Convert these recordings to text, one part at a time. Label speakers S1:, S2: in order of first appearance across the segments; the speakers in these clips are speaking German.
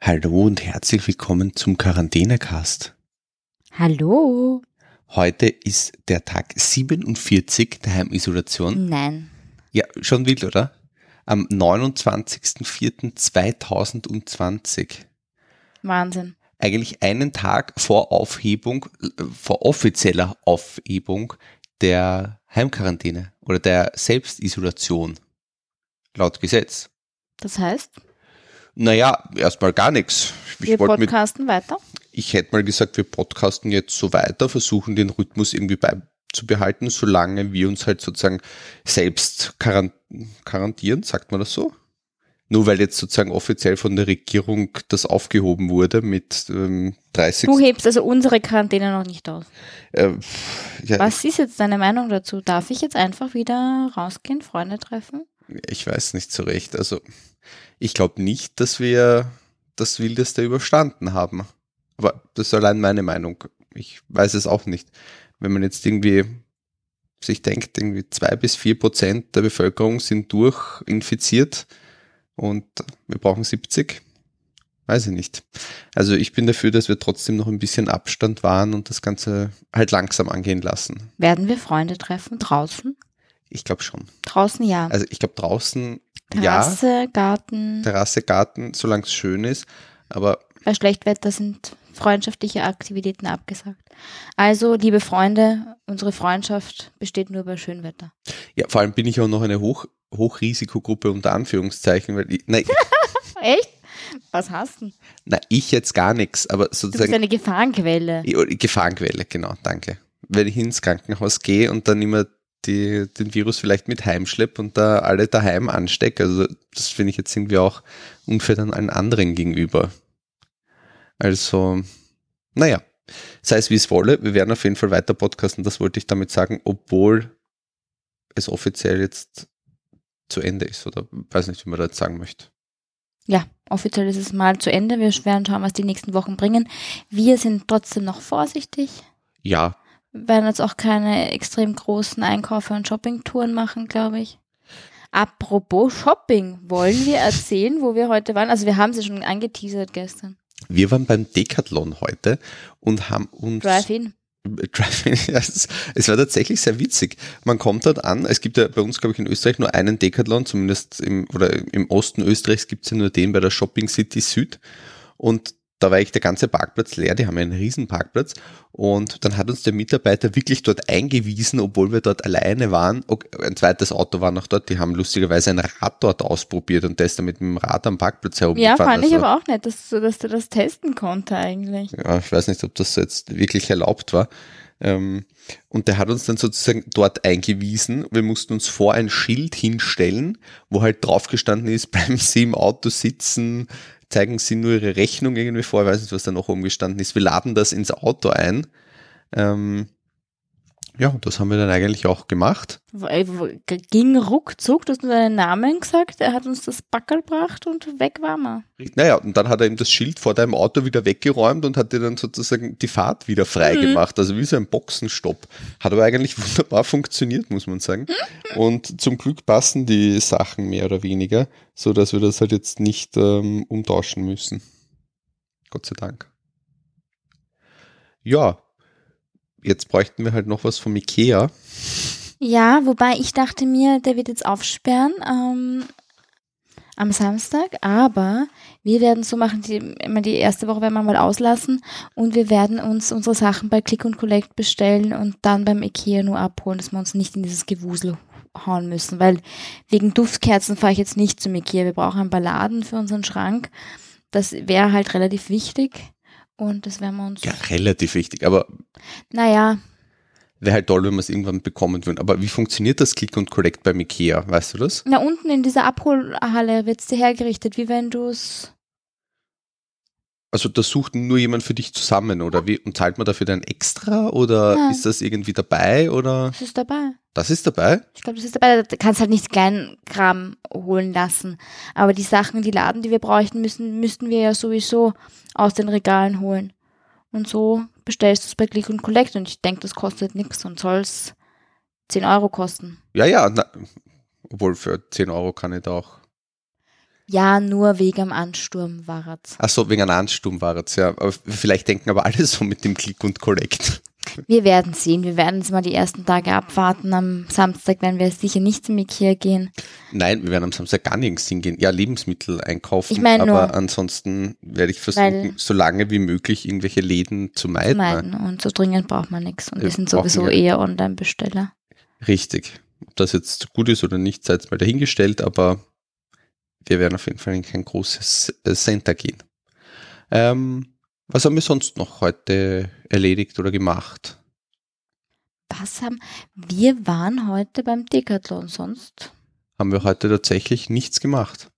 S1: Hallo und herzlich willkommen zum Quarantänecast.
S2: Hallo?
S1: Heute ist der Tag 47 der
S2: Mhm.
S1: Heimisolation.
S2: Nein.
S1: Ja, schon wild, oder? Am 29.04.2020.
S2: Wahnsinn.
S1: Eigentlich einen Tag vor Aufhebung, äh, vor offizieller Aufhebung der Heimquarantäne oder der Selbstisolation. Laut Gesetz.
S2: Das heißt,
S1: Naja, erstmal gar nichts. Ich
S2: wir
S1: wollte mit
S2: podcasten weiter.
S1: ich hätte mal gesagt, wir podcasten jetzt so weiter, versuchen den Rhythmus irgendwie beizubehalten, solange wir uns halt sozusagen selbst quarant quarantieren, sagt man das so? Nur weil jetzt sozusagen offiziell von der Regierung das aufgehoben wurde mit ähm, 30.
S2: Du hebst also unsere Quarantäne noch nicht aus.
S1: äh, ja,
S2: Was ist jetzt deine Meinung dazu? Darf ich jetzt einfach wieder rausgehen, Freunde treffen?
S1: Ich weiß nicht so recht. Also ich glaube nicht, dass wir das Wildeste überstanden haben. Aber das ist allein meine Meinung. Ich weiß es auch nicht. Wenn man jetzt irgendwie sich denkt, irgendwie zwei bis vier Prozent der Bevölkerung sind durch infiziert und wir brauchen 70. Weiß ich nicht. Also ich bin dafür, dass wir trotzdem noch ein bisschen Abstand wahren und das Ganze halt langsam angehen lassen.
S2: Werden wir Freunde treffen? Draußen?
S1: Ich glaube schon.
S2: Draußen ja.
S1: Also ich glaube draußen, ja.
S2: Terrasse, Garten.
S1: Terrasse, Garten, solange es schön ist. Aber
S2: Bei Schlechtwetter sind freundschaftliche Aktivitäten abgesagt. Also, liebe Freunde, unsere Freundschaft besteht nur bei Schönwetter.
S1: ja, vor allem bin ich auch noch eine Hoch Hochrisikogruppe unter Anführungszeichen, weil ich, nein,
S2: Echt? Was hast du?
S1: na, ich jetzt gar nichts, aber
S2: Du bist
S1: sozusagen
S2: eine Gefahrenquelle.
S1: Ja, Gefahrenquelle, genau, danke. Wenn ich ins Krankenhaus gehe und dann immer die, den Virus vielleicht mit heimschlepp und da alle daheim anstecke, also das finde ich jetzt irgendwie auch unfair dann allen anderen gegenüber. Also, naja, sei es wie es wolle, wir werden auf jeden Fall weiter podcasten, das wollte ich damit sagen, obwohl es offiziell jetzt zu Ende ist oder weiß nicht, wie man das sagen möchte.
S2: Ja, offiziell ist es mal zu Ende. Wir werden schauen, was die nächsten Wochen bringen. Wir sind trotzdem noch vorsichtig,
S1: Ja,
S2: werden jetzt auch keine extrem großen Einkäufe und Shoppingtouren machen, glaube ich. Apropos Shopping, wollen wir erzählen, wo wir heute waren? Also wir haben sie schon angeteasert gestern.
S1: wir waren beim Decathlon heute und haben uns...
S2: Drive-In.
S1: Drive-In, ja, es, es war tatsächlich sehr witzig. Man kommt dort an, es gibt ja bei uns, glaube ich, in Österreich nur einen Decathlon, zumindest im, oder im Osten Österreichs gibt es ja nur den bei der Shopping City Süd. Und da war ich der ganze Parkplatz leer, die haben ja einen riesen Parkplatz. Und dann hat uns der Mitarbeiter wirklich dort eingewiesen, obwohl wir dort alleine waren. Okay, ein zweites Auto war noch dort, die haben lustigerweise ein Rad dort ausprobiert und der ist damit mit dem Rad am Parkplatz
S2: Ja,
S1: herumgefahren.
S2: fand ich
S1: Also-
S2: aber auch nett, dass du, dass du das testen konntest eigentlich.
S1: ja, ich weiß nicht, ob das jetzt wirklich erlaubt war. Ähm, und der hat uns dann sozusagen dort eingewiesen. Wir mussten uns vor ein Schild hinstellen, wo halt drauf gestanden ist, bleiben Sie im Auto sitzen, zeigen Sie nur Ihre Rechnung irgendwie vor, ich weiß nicht, was da noch oben gestanden ist. Wir laden das ins Auto ein. Ähm, ja, und das haben wir dann eigentlich auch gemacht.
S2: Weil- äh, Ging ruckzuck, du hast nur deinen Namen gesagt, er hat uns das Backel gebracht und weg war man.
S1: Naja, und dann hat er ihm das Schild vor deinem Auto wieder weggeräumt und hat dir dann sozusagen die Fahrt wieder frei
S2: Mhm.
S1: gemacht. Also wie so ein Boxenstopp. Hat aber eigentlich wunderbar funktioniert, muss man sagen. Und zum Glück passen die Sachen mehr oder weniger, so dass wir das halt jetzt nicht ähm, umtauschen müssen. Gott sei Dank. Ja, jetzt bräuchten wir halt noch was vom Ikea.
S2: Ja, wobei ich dachte mir, der wird jetzt aufsperren ähm, am Samstag, aber wir werden so machen, die, immer die erste Woche werden wir mal auslassen und wir werden uns unsere Sachen bei Click und Collect bestellen und dann beim Ikea nur abholen, dass wir uns nicht in dieses Gewusel hauen müssen, weil wegen Duftkerzen fahre ich jetzt nicht zum Ikea. Wir brauchen ein paar Laden für unseren Schrank. Das wäre halt relativ wichtig und das werden wir uns,
S1: Ja, relativ wichtig, aber
S2: naja,
S1: wäre halt toll, wenn wir es irgendwann bekommen würden. Aber wie funktioniert das Click und Collect beim Ikea? Weißt du das?
S2: Na, unten in dieser Abholhalle wird's dir hergerichtet, wie wenn du's.
S1: Also das sucht nur jemand für dich zusammen oder wie? Und zahlt man dafür dann extra oder
S2: Nein.
S1: ist das irgendwie dabei oder?
S2: Das ist dabei.
S1: Das ist dabei?
S2: Ich glaube, das ist dabei. Du kannst halt nicht kleinen Kram holen lassen. Aber die Sachen, die Laden, die wir bräuchten, müssen, müssten wir ja sowieso aus den Regalen holen. Und so bestellst du's bei Click und Collect. Und ich denke, das kostet nix und soll's 10 Euro kosten.
S1: Ja, ja. Na, obwohl für 10 Euro kann ich da auch.
S2: Ja, nur wegen dem Ansturm war es.
S1: Ach so, wegen einer Ansturm war es, ja. Aber vielleicht denken aber alle so mit dem Click und Collect.
S2: Wir werden sehen. Wir werden jetzt mal die ersten Tage abwarten. Am Samstag werden wir sicher nicht zum Ikea gehen.
S1: Nein, wir werden am Samstag gar nirgends hingehen. Ja, Lebensmittel einkaufen,
S2: Ich meine
S1: aber
S2: nur-
S1: ansonsten werde ich versuchen,
S2: Weil-
S1: so lange wie möglich irgendwelche Läden zu meiden.
S2: Meiden. Und so dringend braucht man nichts. Und
S1: Ja,
S2: wir sind
S1: brauchen
S2: sowieso
S1: wir.
S2: eher Online-Besteller.
S1: Richtig. Ob das jetzt gut ist oder nicht, sei jetzt mal dahingestellt, aber wir werden auf jeden Fall in kein großes äh, Center gehen. Ähm, was haben wir sonst noch heute erledigt oder gemacht?
S2: Was haben wir waren heute beim Decathlon sonst?
S1: Haben wir heute tatsächlich nichts gemacht.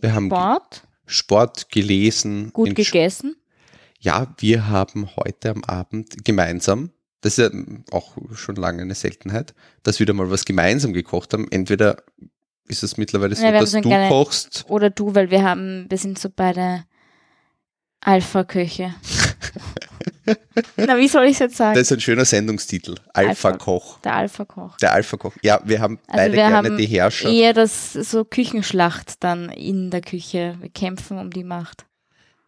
S1: Wir haben ge-
S2: Sport,
S1: Sport gelesen.
S2: gut
S1: in Sch-
S2: gegessen.
S1: Ja, wir haben heute am Abend gemeinsam, das ist ja auch schon lange eine Seltenheit, dass wir wieder mal was gemeinsam gekocht haben. Entweder ist es mittlerweile so,
S2: Ja, wir haben
S1: dass
S2: so ein
S1: du
S2: kleine-
S1: kochst.
S2: Oder du, weil wir haben, wir sind so bei der Alpha-Küche. Na, wie soll ich es jetzt sagen?
S1: Das ist ein schöner Sendungstitel.
S2: Alpha.
S1: Alpha-Koch.
S2: der Alpha-Koch.
S1: Der Alpha-Koch. Ja, wir haben
S2: Also
S1: beide
S2: wir
S1: gerne
S2: haben eh-
S1: die Herrscher.
S2: Eher das so Küchenschlacht dann in der Küche. Wir kämpfen um die Macht.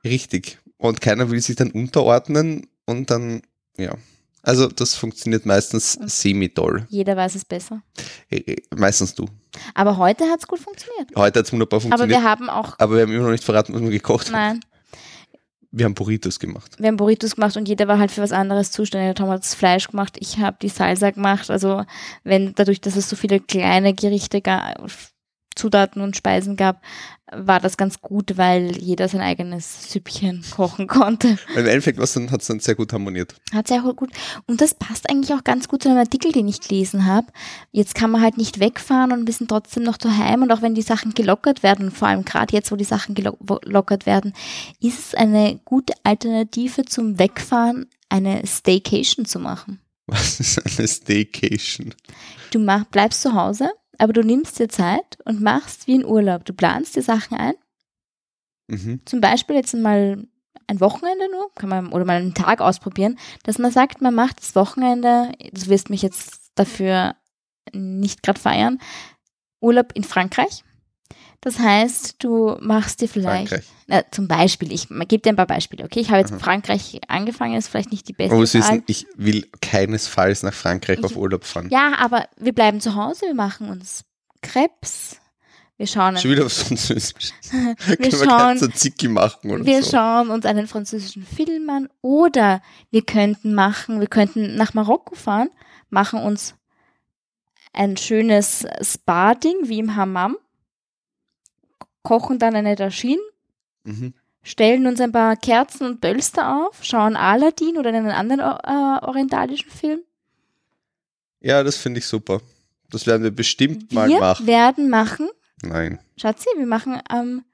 S1: Richtig. Und keiner will sich dann unterordnen und dann, ja. Also das funktioniert meistens
S2: Mhm.
S1: semi-doll.
S2: Jeder weiß es besser.
S1: Eh, eh, Meistens du.
S2: Aber heute hat es gut funktioniert.
S1: Heute hat es wunderbar
S2: Aber wir
S1: funktioniert.
S2: haben auch,
S1: Aber wir, haben immer noch nicht verraten, was wir gekocht haben.
S2: nein,
S1: Wir haben Burritos gemacht.
S2: wir haben Burritos gemacht und jeder war halt für was anderes zuständig. Der Tom hat das Fleisch gemacht, ich habe die Salsa gemacht. Also wenn dadurch, dass es so viele kleine Gerichte gab, Zutaten und Speisen gab, war das ganz gut, weil jeder sein eigenes Süppchen kochen konnte.
S1: Im Endeffekt hat es dann sehr gut harmoniert.
S2: Hat sehr gut. Und das passt eigentlich auch ganz gut zu einem Artikel, den ich gelesen habe. Jetzt kann man halt nicht wegfahren und wir sind trotzdem noch daheim. Und auch wenn die Sachen gelockert werden, vor allem gerade jetzt, wo die Sachen gelockert werden, ist es eine gute Alternative zum Wegfahren, eine Staycation zu machen.
S1: Was ist eine Staycation?
S2: Du mach, bleibst zu Hause, aber du nimmst dir Zeit und machst wie in Urlaub. Du planst dir Sachen ein.
S1: Mhm.
S2: Zum Beispiel jetzt mal ein Wochenende nur, kann man oder mal einen Tag ausprobieren, dass man sagt, man macht das Wochenende, du wirst mich jetzt dafür nicht gerade feiern, Urlaub in Frankreich. Das heißt, du machst dir vielleicht,
S1: Frankreich.
S2: Na, zum Beispiel, ich gebe dir ein paar Beispiele, okay? Ich habe jetzt
S1: Aha.
S2: Frankreich angefangen, ist vielleicht nicht die beste
S1: Man muss
S2: Wahl.
S1: wissen, ich will keinesfalls nach Frankreich
S2: Ich-
S1: auf Urlaub fahren.
S2: Ja, aber wir bleiben zu Hause, wir machen uns Krebs, wir schauen,
S1: Schon wieder auf Französisch.
S2: wir
S1: Können wir keinen
S2: schauen
S1: Tzatziki machen oder
S2: wir
S1: so.
S2: schauen uns einen französischen Film an oder wir könnten machen, wir könnten nach Marokko fahren, machen uns ein schönes Spa-Ding wie im Hammam, kochen dann eine Taschine,
S1: Mhm.
S2: stellen uns ein paar Kerzen und Bölster auf, schauen Aladdin oder einen anderen äh, orientalischen Film.
S1: Ja, das finde ich super. Das werden wir bestimmt mal
S2: wir
S1: machen.
S2: werden machen,
S1: Nein.
S2: Schatzi, wir machen am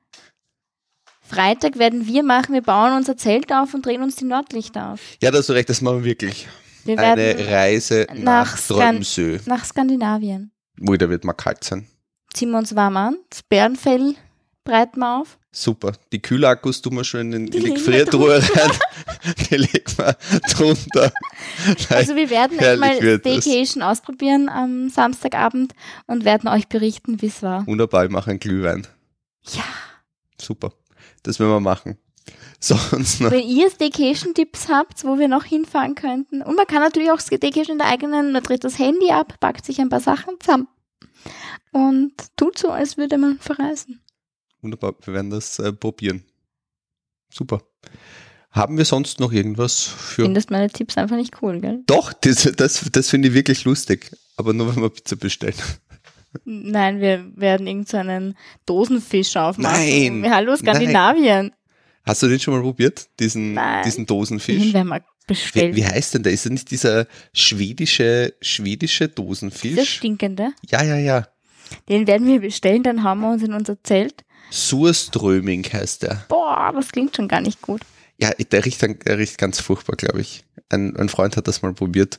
S2: Freitag werden wir machen, wir bauen unser Zelt auf und drehen uns die Nordlichter auf.
S1: Ja, da hast du recht, das machen wir wirklich.
S2: Wir
S1: Eine
S2: werden
S1: Reise
S2: nach
S1: nach
S2: Skan-
S1: Tromsø.
S2: nach Skandinavien.
S1: Ui, da wird mal kalt sein.
S2: ziehen wir uns warm an, das Bärenfell breiten wir auf.
S1: Super. Die Kühlakkus tun wir schon in, den- in
S2: Die
S1: die
S2: legen wir
S1: Gefriertruhe rein. Die legen wir drunter. Nein.
S2: Also wir werden echt
S1: herrlich
S2: mal
S1: wird es.
S2: Staycation ausprobieren am Samstagabend und werden euch berichten, wie es war.
S1: Wunderbar, ich mache einen Glühwein.
S2: Ja,
S1: Super. Das werden wir machen. Sonst noch.
S2: wenn ihr Staycation-Tipps habt, wo wir noch hinfahren könnten. Und man kann natürlich auch Staycation in der eigenen, man dreht das Handy ab, packt sich ein paar Sachen zusammen und tut so, als würde man verreisen.
S1: Wunderbar, wir werden das äh, probieren. Super. Haben wir sonst noch irgendwas für
S2: Findest meine Tipps einfach nicht cool, gell?
S1: Doch, das, das, das finde ich wirklich lustig. Aber nur, wenn wir Pizza bestellen.
S2: Nein, wir werden irgendeinen Dosenfisch aufmachen.
S1: Nein.
S2: Hallo, Skandinavien.
S1: Hast du den schon mal probiert? Diesen,
S2: Nein.
S1: diesen
S2: Den
S1: Dosenfisch?
S2: werden wir
S1: Wie,
S2: bestellen.
S1: wie heißt denn der? Ist das nicht dieser schwedische, schwedische
S2: Der
S1: Dosenfisch?
S2: stinkende.
S1: Ja, ja, ja.
S2: Den werden wir bestellen, dann haben wir uns in unser Zelt.
S1: Surströming heißt der.
S2: Boah, das klingt schon gar nicht gut.
S1: Ja, der riecht, dann- der riecht ganz furchtbar, glaube ich. Ein, ein Freund hat das mal probiert.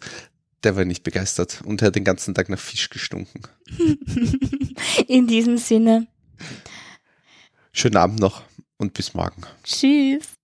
S1: Der war nicht begeistert und er hat den ganzen Tag nach Fisch gestunken.
S2: In diesem Sinne,
S1: Schönen Abend noch und bis morgen.
S2: tschüss.